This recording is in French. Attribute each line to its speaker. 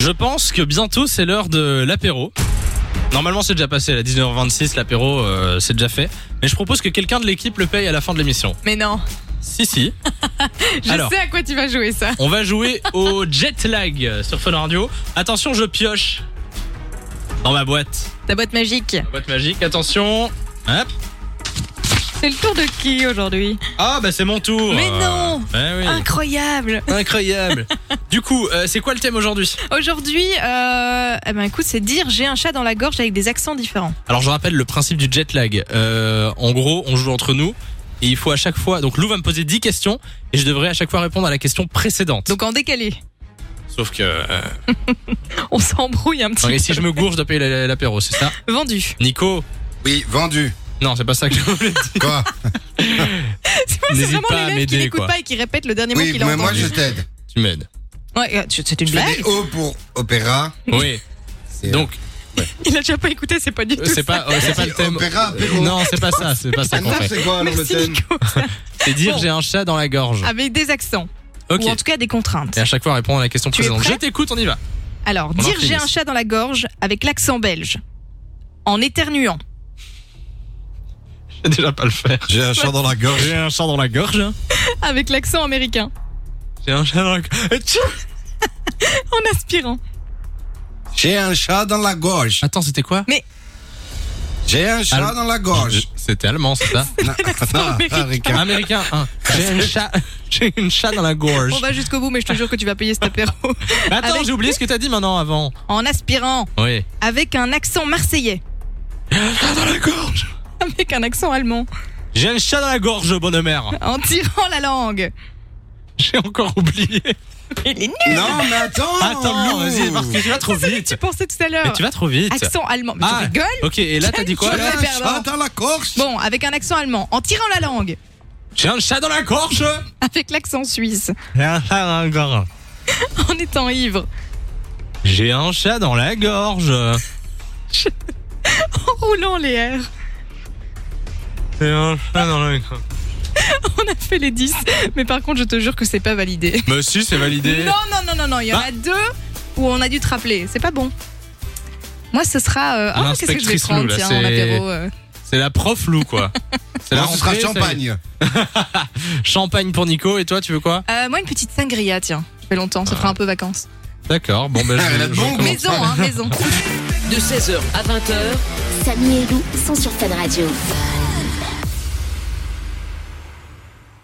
Speaker 1: Je pense que bientôt c'est l'heure de l'apéro. Normalement c'est déjà passé, à 19h26, l'apéro euh, c'est déjà fait. Mais je propose que quelqu'un de l'équipe le paye à la fin de l'émission.
Speaker 2: Mais non,
Speaker 1: Si, si.
Speaker 2: je
Speaker 1: Alors.
Speaker 2: sais à quoi tu vas jouer ça.
Speaker 1: On va jouer au jet lag sur Fun Radio. Attention, je pioche dans ma boîte.
Speaker 2: Ta boîte magique.
Speaker 1: Ma boîte magique, attention. Hop.
Speaker 2: C'est le tour de qui aujourd'hui
Speaker 1: Ah bah c'est mon tour.
Speaker 2: Mais non.
Speaker 1: Euh, ouais, oui.
Speaker 2: Incroyable
Speaker 1: Incroyable. du coup, euh, c'est quoi le thème aujourd'hui
Speaker 2: Aujourd'hui, euh, eh ben écoute, c'est dire j'ai un chat dans la gorge avec des accents différents.
Speaker 1: Alors je rappelle le principe du jet lag. Euh, en gros, on joue entre nous et il faut à chaque fois. Donc Lou va me poser 10 questions et je devrais à chaque fois répondre à la question précédente.
Speaker 2: Donc en décalé,
Speaker 1: Sauf que euh,
Speaker 2: on s'embrouille un petit
Speaker 1: et si je me gourge, je dois payer la- la- l'apéro, c'est ça
Speaker 2: peu. Vendu.
Speaker 1: Nico
Speaker 3: Oui, vendu.
Speaker 1: Non, c'est pas ça que je voulais dire.
Speaker 3: Quoi
Speaker 2: C'est moi, c'est
Speaker 1: N'hésite
Speaker 2: vraiment
Speaker 1: pas à
Speaker 2: l'élève qui
Speaker 1: m'aider,
Speaker 2: n'écoute
Speaker 1: quoi.
Speaker 2: pas et qui répète le dernier mot
Speaker 3: Oui,
Speaker 2: qu'il a
Speaker 3: mais moi
Speaker 2: entendu.
Speaker 3: je t'aide.
Speaker 1: Tu m'aides.
Speaker 2: Ouais, euh, tu- c'est une
Speaker 3: Je fais des
Speaker 2: blague.
Speaker 3: O pour opéra.
Speaker 1: Oui.
Speaker 3: C'est-
Speaker 1: Donc
Speaker 2: Il a déjà pas écouté, c'est pas du tout.
Speaker 1: c'est
Speaker 2: ça.
Speaker 1: pas euh, c'est pas le thème.
Speaker 3: Opéra, apéro.
Speaker 1: Non, c'est pas ça, c'est pas ça qu'on
Speaker 3: Maintenant,
Speaker 1: fait.
Speaker 3: c'est quoi alors le
Speaker 2: Merci
Speaker 3: thème
Speaker 2: Nico.
Speaker 1: C'est dire
Speaker 2: Bon.
Speaker 1: j'ai un chat dans la gorge.
Speaker 2: Avec des accents.
Speaker 1: Ok.
Speaker 2: Ou en tout cas des contraintes.
Speaker 1: Et à chaque fois répondre à la question
Speaker 2: Tu es
Speaker 1: précédente.
Speaker 2: prêt
Speaker 1: Je t'écoute, on y va.
Speaker 2: Alors,
Speaker 1: en
Speaker 2: dire
Speaker 1: finisse.
Speaker 2: j'ai un chat dans la gorge avec l'accent belge. En éternuant.
Speaker 1: Je vais déjà pas le faire.
Speaker 3: J'ai un chat dans la gorge.
Speaker 1: un chat dans la gorge. hein.
Speaker 2: Avec l'accent américain.
Speaker 1: J'ai un chat dans la gorge.
Speaker 2: En aspirant.
Speaker 3: J'ai un chat dans la gorge.
Speaker 1: Attends, c'était quoi
Speaker 3: J'ai un chat
Speaker 1: Alors-
Speaker 3: dans la gorge.
Speaker 1: C'était allemand, c'est ça
Speaker 3: Non, ah, non,
Speaker 2: américain.
Speaker 3: américain.
Speaker 1: Américain. hein. J'ai un chat. J'ai une chat dans la gorge.
Speaker 2: On va jusqu'au bout, mais je te jure que tu vas payer cet apéro.
Speaker 1: Mais Bah, attends,
Speaker 2: avec-
Speaker 1: j'ai oublié ce que t'as dit maintenant avant.
Speaker 2: En aspirant.
Speaker 1: Oui.
Speaker 2: Avec un accent marseillais.
Speaker 1: Chat dans la gorge.
Speaker 2: Avec un accent allemand.
Speaker 1: J'ai un chat dans la gorge, bonne mère.
Speaker 2: En tirant la langue.
Speaker 1: J'ai encore oublié.
Speaker 2: Il est nul
Speaker 3: Non, mais attends.
Speaker 1: Attends, Lou, vas-y, parce que tu vas trop vite.
Speaker 2: Tu pensais tout à
Speaker 1: Mais
Speaker 2: l'heure.
Speaker 1: tu vas trop vite.
Speaker 2: Accent allemand. Mais
Speaker 1: Ah.
Speaker 2: tu rigoles
Speaker 1: Ok, et là t'as dit quoi
Speaker 3: J'ai
Speaker 2: Ouais,
Speaker 3: un
Speaker 2: pardon.
Speaker 3: chat dans la gorge.
Speaker 2: Bon, avec un accent allemand. En tirant la langue.
Speaker 1: J'ai un chat dans la gorge.
Speaker 2: Avec l'accent suisse.
Speaker 1: J'ai un chat dans la gorge.
Speaker 2: En étant ivre.
Speaker 1: J'ai un chat dans la gorge.
Speaker 2: En roulant les airs.
Speaker 1: J'ai un chat dans la gorge.
Speaker 2: On a fait les 10, mais par contre, je te jure que c'est pas validé.
Speaker 1: Mais si, c'est validé.
Speaker 2: Non, non, non, non, non, il y en
Speaker 1: Bah.
Speaker 2: a deux où on a dû te rappeler. C'est pas bon. Moi, ce sera. euh, Oh, qu'est-ce que je vais
Speaker 1: L'inspectrice
Speaker 2: prendre,
Speaker 1: Lou, là,
Speaker 2: tiens,
Speaker 1: c'est-
Speaker 2: en apéro euh.
Speaker 1: C'est la prof Lou, quoi. C'est la
Speaker 3: Là, ce sera
Speaker 1: rentrée, ça y est.
Speaker 3: champagne.
Speaker 1: Champagne pour Nico, et toi, tu veux quoi
Speaker 2: Euh, moi, une petite sangria, tiens. Ça fait longtemps, ça fera un peu vacances.
Speaker 1: D'accord, bon, ben
Speaker 3: Ah, elle a
Speaker 1: je,
Speaker 3: de
Speaker 1: je
Speaker 3: bons
Speaker 1: recommence.
Speaker 3: goûts.
Speaker 2: Maison, hein, maison.
Speaker 4: De 16h à 20h,
Speaker 5: Samy et Lou sont sur Fun Radio.